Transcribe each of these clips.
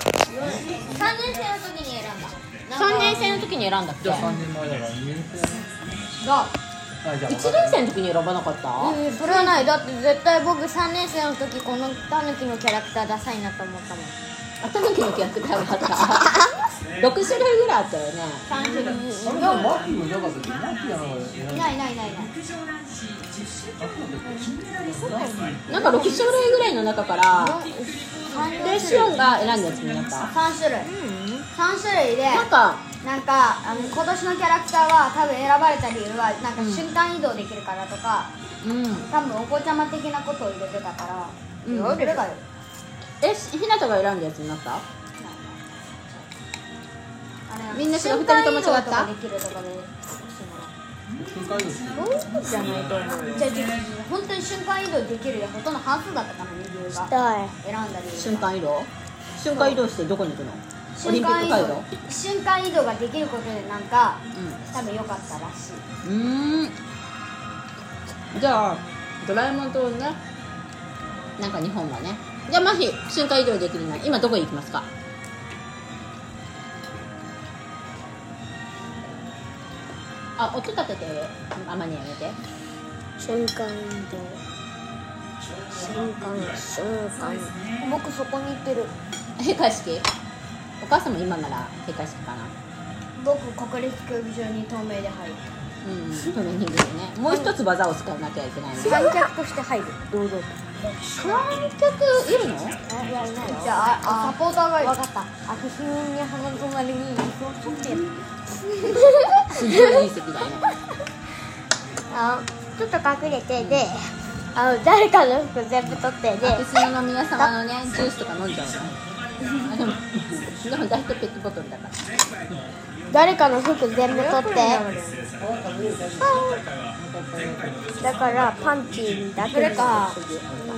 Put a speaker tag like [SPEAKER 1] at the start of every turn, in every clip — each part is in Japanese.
[SPEAKER 1] 三年生の時に選んだ
[SPEAKER 2] 3年生の時に選んだっけ
[SPEAKER 3] じゃあ3
[SPEAKER 2] が
[SPEAKER 3] 年前だから2年生あじゃあ
[SPEAKER 2] 1
[SPEAKER 3] 分か
[SPEAKER 2] 年
[SPEAKER 3] った
[SPEAKER 2] 生の時に選ばなかった
[SPEAKER 1] うんそれはないだって絶対僕3年生の時このタヌキのキャラクターダサいなと思ったもん
[SPEAKER 2] 頭の毛のキャラクターがあった6種類ぐらいあったよね
[SPEAKER 1] 3種類
[SPEAKER 3] あれでもマッキーもいなかったっけどマッキーはなんか選
[SPEAKER 1] い
[SPEAKER 3] んだ
[SPEAKER 1] ないいないいないいない
[SPEAKER 3] マッキーだったっけ
[SPEAKER 2] なんか6種類ぐらいの中から
[SPEAKER 1] 3
[SPEAKER 2] でシオンが選んだやつになった
[SPEAKER 1] 三種類三種類で
[SPEAKER 2] なんか
[SPEAKER 1] なんかあの今年のキャラクターは多分選ばれた理由はなんか瞬間移動できるからとか
[SPEAKER 2] うん
[SPEAKER 1] 多分お子ちゃま的なことを入れてたから
[SPEAKER 2] うん
[SPEAKER 1] それがよ
[SPEAKER 2] えひなたが選んだやつになった
[SPEAKER 1] あれ
[SPEAKER 2] みんな知らん二人とも違った
[SPEAKER 1] 瞬間移動とかできるとかで
[SPEAKER 3] 瞬間移動する
[SPEAKER 2] じゃないと思う
[SPEAKER 1] じゃあじゃあ本当に瞬間移動できるでほとんど半数だったかな理由が
[SPEAKER 4] たい
[SPEAKER 1] 選んだ理由が
[SPEAKER 2] 瞬間移動瞬間移動してどこに行くのオリ
[SPEAKER 1] 瞬
[SPEAKER 2] ン
[SPEAKER 1] 間
[SPEAKER 2] ピック
[SPEAKER 1] 移
[SPEAKER 2] 会
[SPEAKER 1] 動
[SPEAKER 2] 場
[SPEAKER 1] 瞬間移動ができることでなんか多分良かったらしい
[SPEAKER 2] うんうーんじゃあドラえもんとねなんか日本はねじゃあマヒ瞬間移動できるなら今どこへ行きますかあ音立ててあまにやめて
[SPEAKER 4] 瞬間移動瞬間瞬間僕そこに行ってる
[SPEAKER 2] 閉会式お母さんも今なら閉会式かな
[SPEAKER 1] 僕国立競技場に透明で入る
[SPEAKER 2] うんトレーニングでねもう一つ技を使わなきゃい けないね
[SPEAKER 4] 観客として入る堂々と
[SPEAKER 2] 観客いるの
[SPEAKER 4] あいやいない
[SPEAKER 1] じゃああサポーターがいる
[SPEAKER 4] わかった秋日に花の隣に水を取ってる
[SPEAKER 2] すごいいい席だね
[SPEAKER 4] あちょっと隠れてであの誰かの服全部取ってで
[SPEAKER 2] 私の皆様のね ジュースとか飲んじゃう のあでもでも大体ペットボトルだから
[SPEAKER 4] 誰かの服全部取ってだからパンチーだけか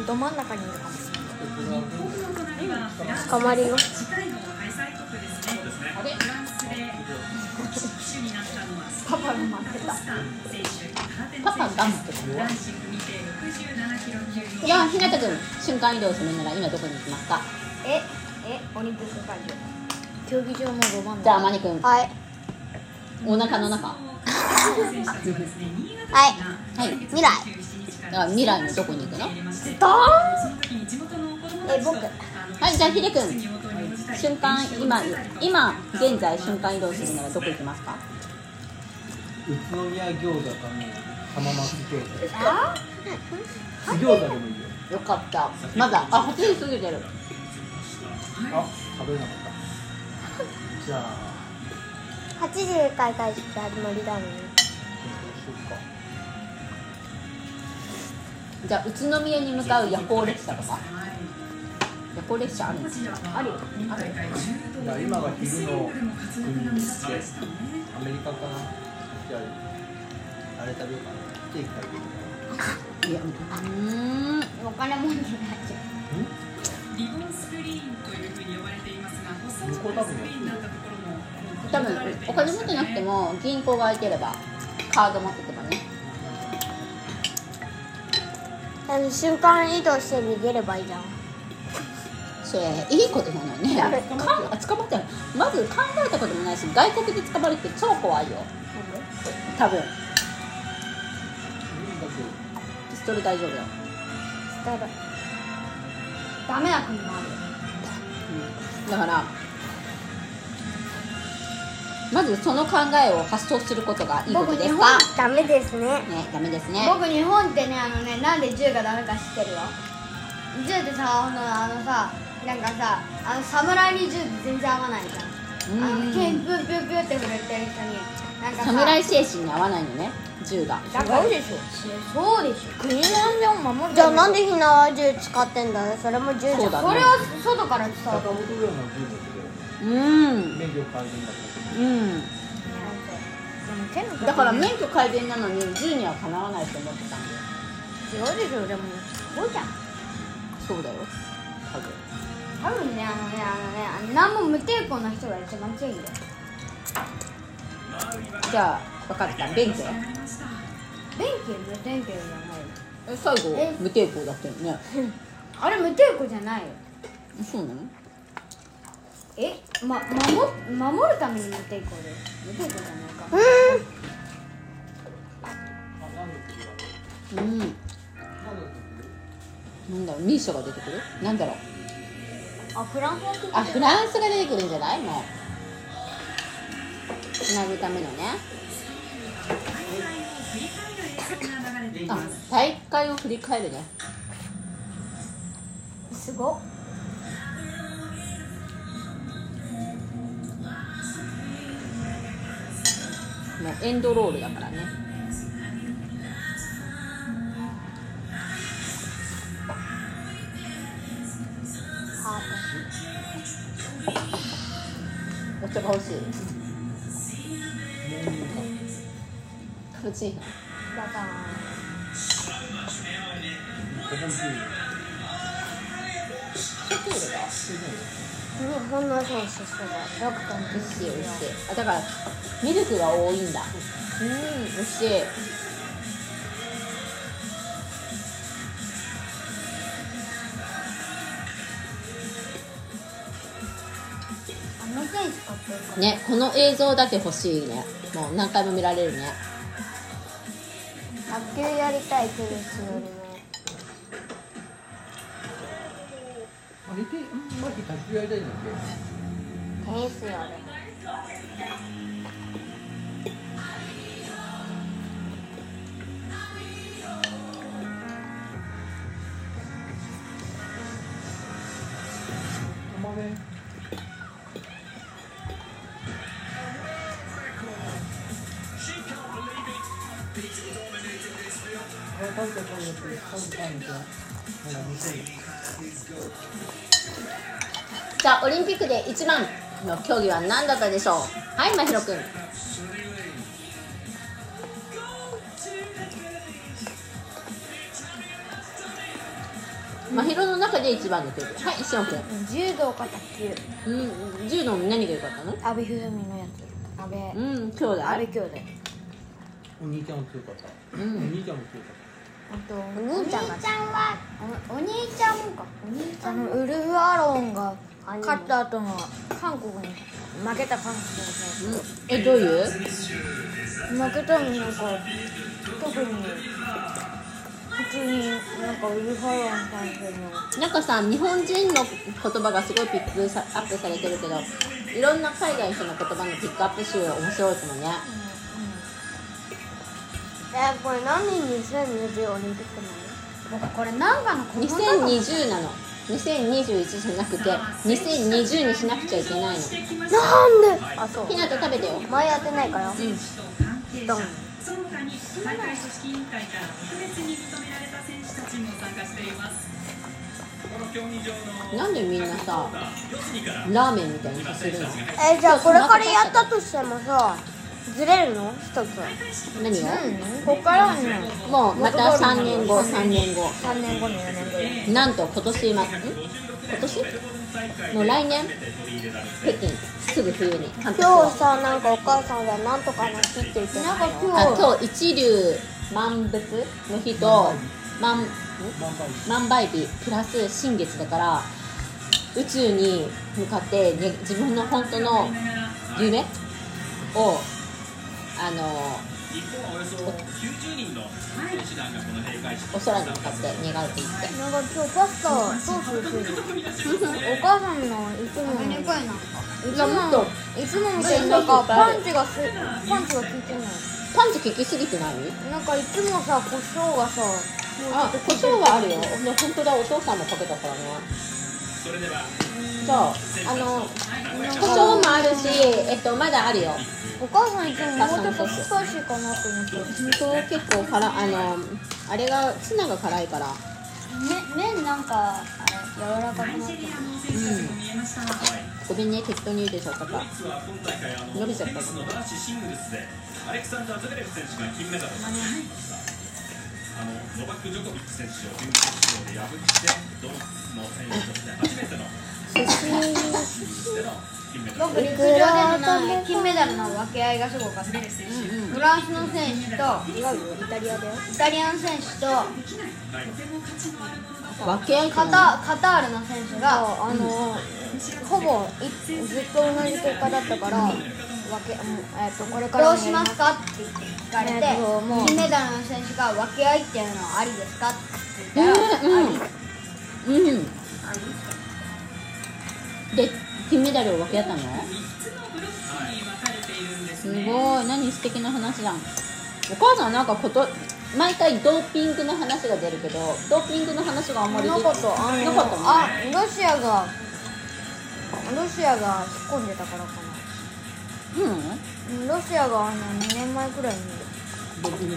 [SPEAKER 4] ど真ん中にいるかもしれない捕まるよ
[SPEAKER 2] あれ
[SPEAKER 1] パパが待ってた
[SPEAKER 2] パパガムってじゃあひなたくん瞬間移動するなら今どこに行きますか
[SPEAKER 1] ええオリンピック会場競技場も5番
[SPEAKER 2] じゃあまにくん
[SPEAKER 4] はい
[SPEAKER 2] お腹の中は
[SPEAKER 4] はい
[SPEAKER 2] い
[SPEAKER 4] 未
[SPEAKER 2] だ
[SPEAKER 4] 来
[SPEAKER 2] から未来のどこに行くの
[SPEAKER 4] え僕
[SPEAKER 2] はいじゃあひでくん瞬間今今現在瞬間移動するならどこ行きますか
[SPEAKER 3] 宇都宮餃子かね浜松餃子酢餃子でもいいよ
[SPEAKER 2] よかったまだあ8時過ぎてる
[SPEAKER 3] あ食べれなかったじゃあ
[SPEAKER 4] 8時で開会式始まりだもん
[SPEAKER 2] じゃあ宇都宮に向かう夜行列車とか夜行列車あるんですかあるよある
[SPEAKER 3] じゃあ今が昼の国に行ってアメリカかなじゃああれ食べようかなステーキ食べよ
[SPEAKER 2] いやうーん
[SPEAKER 1] お金持ってなっちゃ
[SPEAKER 5] リボンスクリーンというふうに呼ばれていますが、細
[SPEAKER 3] うかな向こう
[SPEAKER 5] 長
[SPEAKER 3] 多
[SPEAKER 5] いスクリーンだったところも
[SPEAKER 2] 多分お金持ってなくても銀行が空いてればカード持ってけばね
[SPEAKER 4] あの瞬間移動して逃げればいいじゃん
[SPEAKER 2] それいいことなのよねかんあ捕まったのまず考えたこともないし外国で捕まるって超怖いよ多分
[SPEAKER 3] う
[SPEAKER 2] ピストル大丈夫よ
[SPEAKER 4] だから
[SPEAKER 1] うダメな国もあるよ
[SPEAKER 2] だからまずその考えを発想することがいいこと
[SPEAKER 1] 僕
[SPEAKER 2] で
[SPEAKER 1] 日
[SPEAKER 2] す
[SPEAKER 1] 本
[SPEAKER 2] か
[SPEAKER 4] ダメですね
[SPEAKER 2] ねダメですね
[SPEAKER 1] 僕日本ってねあのねなんで銃がダメか知ってるわ銃ってさあのあのさなんかさあの侍に銃って全然合わないじゃんあ
[SPEAKER 2] う
[SPEAKER 1] の
[SPEAKER 2] ん
[SPEAKER 1] 剣プンプンプンって振れてる人になんかさ
[SPEAKER 2] 侍精神に合わないのね銃が
[SPEAKER 1] だからでしょそうでしょ国の安全を守る
[SPEAKER 4] じゃあなんでひなは銃使ってんだねそれも銃じゃん
[SPEAKER 2] そうだ
[SPEAKER 1] それ
[SPEAKER 2] ね
[SPEAKER 1] は外から伝
[SPEAKER 3] ん
[SPEAKER 1] わっ
[SPEAKER 3] 坂本龍馬の牛肉
[SPEAKER 2] うん
[SPEAKER 3] で免許改善だった
[SPEAKER 2] う
[SPEAKER 3] け
[SPEAKER 2] ん
[SPEAKER 1] てる
[SPEAKER 2] だから免許改善なのに銃にはかなわないと思ってたんだよ
[SPEAKER 1] 違うでしょでもそうじゃん
[SPEAKER 2] そうだよ多分
[SPEAKER 1] 多分ねあのねあのねあの何も無抵抗な人が一番強いんだよ
[SPEAKER 2] じゃあ分かった弁慶
[SPEAKER 1] 弁慶無抵抗じゃないよ
[SPEAKER 2] え最後
[SPEAKER 1] え
[SPEAKER 2] 無抵抗だったよね
[SPEAKER 1] あれ無抵抗じゃないよ
[SPEAKER 2] そうなの
[SPEAKER 1] えま守守るために持っていこうよ持っていこうじゃないか
[SPEAKER 2] うんなんだろうミーショが出てくるなんだろう
[SPEAKER 1] あフランスやって
[SPEAKER 2] あ
[SPEAKER 1] た
[SPEAKER 2] フランスが出てくるんじゃないもうつなぐためのねあ大会を振り返るね
[SPEAKER 1] すごっ
[SPEAKER 2] もうエンドロールだからね
[SPEAKER 1] ハ
[SPEAKER 2] お茶が欲しいカプチ
[SPEAKER 1] ー
[SPEAKER 2] ーノ
[SPEAKER 1] トだから
[SPEAKER 4] 日本の選手そうだよくと
[SPEAKER 2] 美味しい美味しいあだからミルクが多いんだうん美味しい
[SPEAKER 1] あの選手かっこよかっ
[SPEAKER 2] ねこの映像だけ欲しいねもう何回も見られるね
[SPEAKER 4] 卓球やりたいテニスよりも
[SPEAKER 3] あれで、マジ卓球やりたいんだっ
[SPEAKER 4] テニスよりも
[SPEAKER 3] け止まれ
[SPEAKER 2] じゃあオリンピックで一番の競技は何だったでしょうはいまひろくんまひろの中で一番の競技はい一緒くん
[SPEAKER 4] 柔道か卓球
[SPEAKER 2] うん柔道の何が良かったの
[SPEAKER 4] 阿部一二三のやつ阿部
[SPEAKER 2] うん兄弟
[SPEAKER 4] 阿部兄弟
[SPEAKER 3] お兄ちゃんも強かった、
[SPEAKER 2] うん
[SPEAKER 3] お兄ちゃんも強かっ
[SPEAKER 4] あとお兄ちゃんが
[SPEAKER 1] たお兄ちゃんはおお兄ちゃんもかお兄ちゃ
[SPEAKER 4] あ
[SPEAKER 1] んも
[SPEAKER 4] のウルフ・アロンが
[SPEAKER 1] あ
[SPEAKER 4] 勝った後の韓国に負けた韓国
[SPEAKER 2] うんえどういう
[SPEAKER 4] の負けたのなんか特に普通になんかウルフ・アロン選手の
[SPEAKER 2] なんかさ日本人の言葉がすごいピックさアップされてるけどいろんな海外の人の言葉のピックアップ集は面白いかもね
[SPEAKER 4] えこれ何人2020オリンピックなの
[SPEAKER 1] 僕これなんかのこ
[SPEAKER 2] 2020なの2021じゃなくて2020にしなくちゃいけないの
[SPEAKER 4] なんであそう
[SPEAKER 2] ひなた食べてよ
[SPEAKER 4] 前やってないから
[SPEAKER 2] うん
[SPEAKER 4] ドン
[SPEAKER 5] その他に大会組織委員会から特別に認められた選手たちも参加しています。
[SPEAKER 2] なんでみんなさラーメンみたいにさせるの
[SPEAKER 4] えじゃあこれからやったとしてもさずれるの一つ
[SPEAKER 2] 何を
[SPEAKER 4] こっからの
[SPEAKER 2] もうまた3年後3年後
[SPEAKER 4] 3年後の4年後に
[SPEAKER 2] なんと今年まん今年もう来年北京すぐ冬に半年
[SPEAKER 4] 今
[SPEAKER 2] 後
[SPEAKER 4] 日さなんかお母さんがなんとかの日って言って
[SPEAKER 1] なんか今日
[SPEAKER 2] あ今日一粒万物の日と万ん
[SPEAKER 3] た万倍日
[SPEAKER 2] 万倍日プラス新月だから宇宙に向かって、ね、自分の本当の夢をあの
[SPEAKER 6] 日本はおよそ90人の選手団がこの閉会式
[SPEAKER 2] お空に向かって願うと言って
[SPEAKER 4] なんか今日パスタをソースついてるお母さんのいつも
[SPEAKER 1] 食べにくいない
[SPEAKER 4] つ
[SPEAKER 2] じゃあもっと
[SPEAKER 4] もいつもみたいになんかパンチがすパンチが効いてない
[SPEAKER 2] パンチ効きすぎてない
[SPEAKER 4] なんかいつもさ胡椒がさ
[SPEAKER 2] あ胡椒はあるよでも本当だお父さんもかけたからねそうあの胡椒もあるしえっとまだあるよ
[SPEAKER 4] お母さんいつももうちょっとスパイシーかなと思って
[SPEAKER 2] 本当結構辛あのあれがツナが辛いから
[SPEAKER 1] め麺なんかあれ柔らかくなってる
[SPEAKER 2] ごめんね適当に言うでしょうかと
[SPEAKER 6] 実は今大会あの
[SPEAKER 2] 伸びちゃ
[SPEAKER 6] テ
[SPEAKER 2] っ
[SPEAKER 6] ニ
[SPEAKER 2] た
[SPEAKER 6] スの男子シングルスでアレクサンダー・ズベレフ選手が金メダルを取りましたあのノバック・ジョコビッチ選手を準決勝で破ってドイツの選手として初め てのシングルスでの金メダル
[SPEAKER 1] 僕陸上でのな金メダルの分け合いがすごかったフランスの選手と
[SPEAKER 4] イタリアだよ
[SPEAKER 1] イタリアの選手と
[SPEAKER 2] 分け合い
[SPEAKER 1] カ
[SPEAKER 2] かな
[SPEAKER 1] タカタールの選手が
[SPEAKER 4] あのほぼいずっと同じ結果だったからわけ、もうえっとこれから
[SPEAKER 1] ど
[SPEAKER 4] も
[SPEAKER 1] うしますかって聞かれて
[SPEAKER 4] ねどうも
[SPEAKER 1] 金メダルの選手が分け合いっていうのはありですかって言ったら、
[SPEAKER 2] うんうん
[SPEAKER 1] あり
[SPEAKER 2] うんで金メダルを分け合ったのすごい何素敵な話だお母さんなんかこと毎回ドーピングの話が出るけどドーピングの話があんまり出
[SPEAKER 4] なかったあ
[SPEAKER 2] な
[SPEAKER 4] の
[SPEAKER 2] かったの
[SPEAKER 4] あロシアがロシアが引っ込んでたからかな
[SPEAKER 2] うん
[SPEAKER 4] うんロシアがあの2年前くらいに
[SPEAKER 2] ドーピング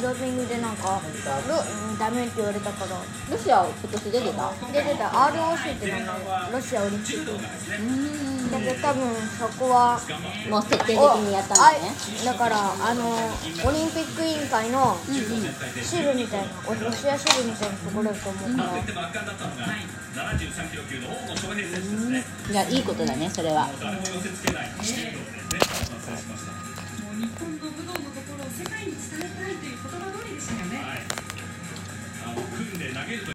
[SPEAKER 4] ドーピングでなんかロうんダメって言われたから
[SPEAKER 2] ロシア今年出てた
[SPEAKER 4] 出てた ROC って名前ロシアオリンピック
[SPEAKER 2] うん
[SPEAKER 4] だけど多分そこは
[SPEAKER 2] もう徹底的
[SPEAKER 4] お
[SPEAKER 2] にやったんだね
[SPEAKER 4] あだからあのオリンピック委員会のシールみたいなおロシアシールみたいなところだと思うから
[SPEAKER 6] 73キロ級の大野翔平選手ですね。
[SPEAKER 2] いやいいことだねそれは
[SPEAKER 6] 誰も寄せ付けない。ね、達成しました。
[SPEAKER 5] もう日本の武道のところを世界に伝えたい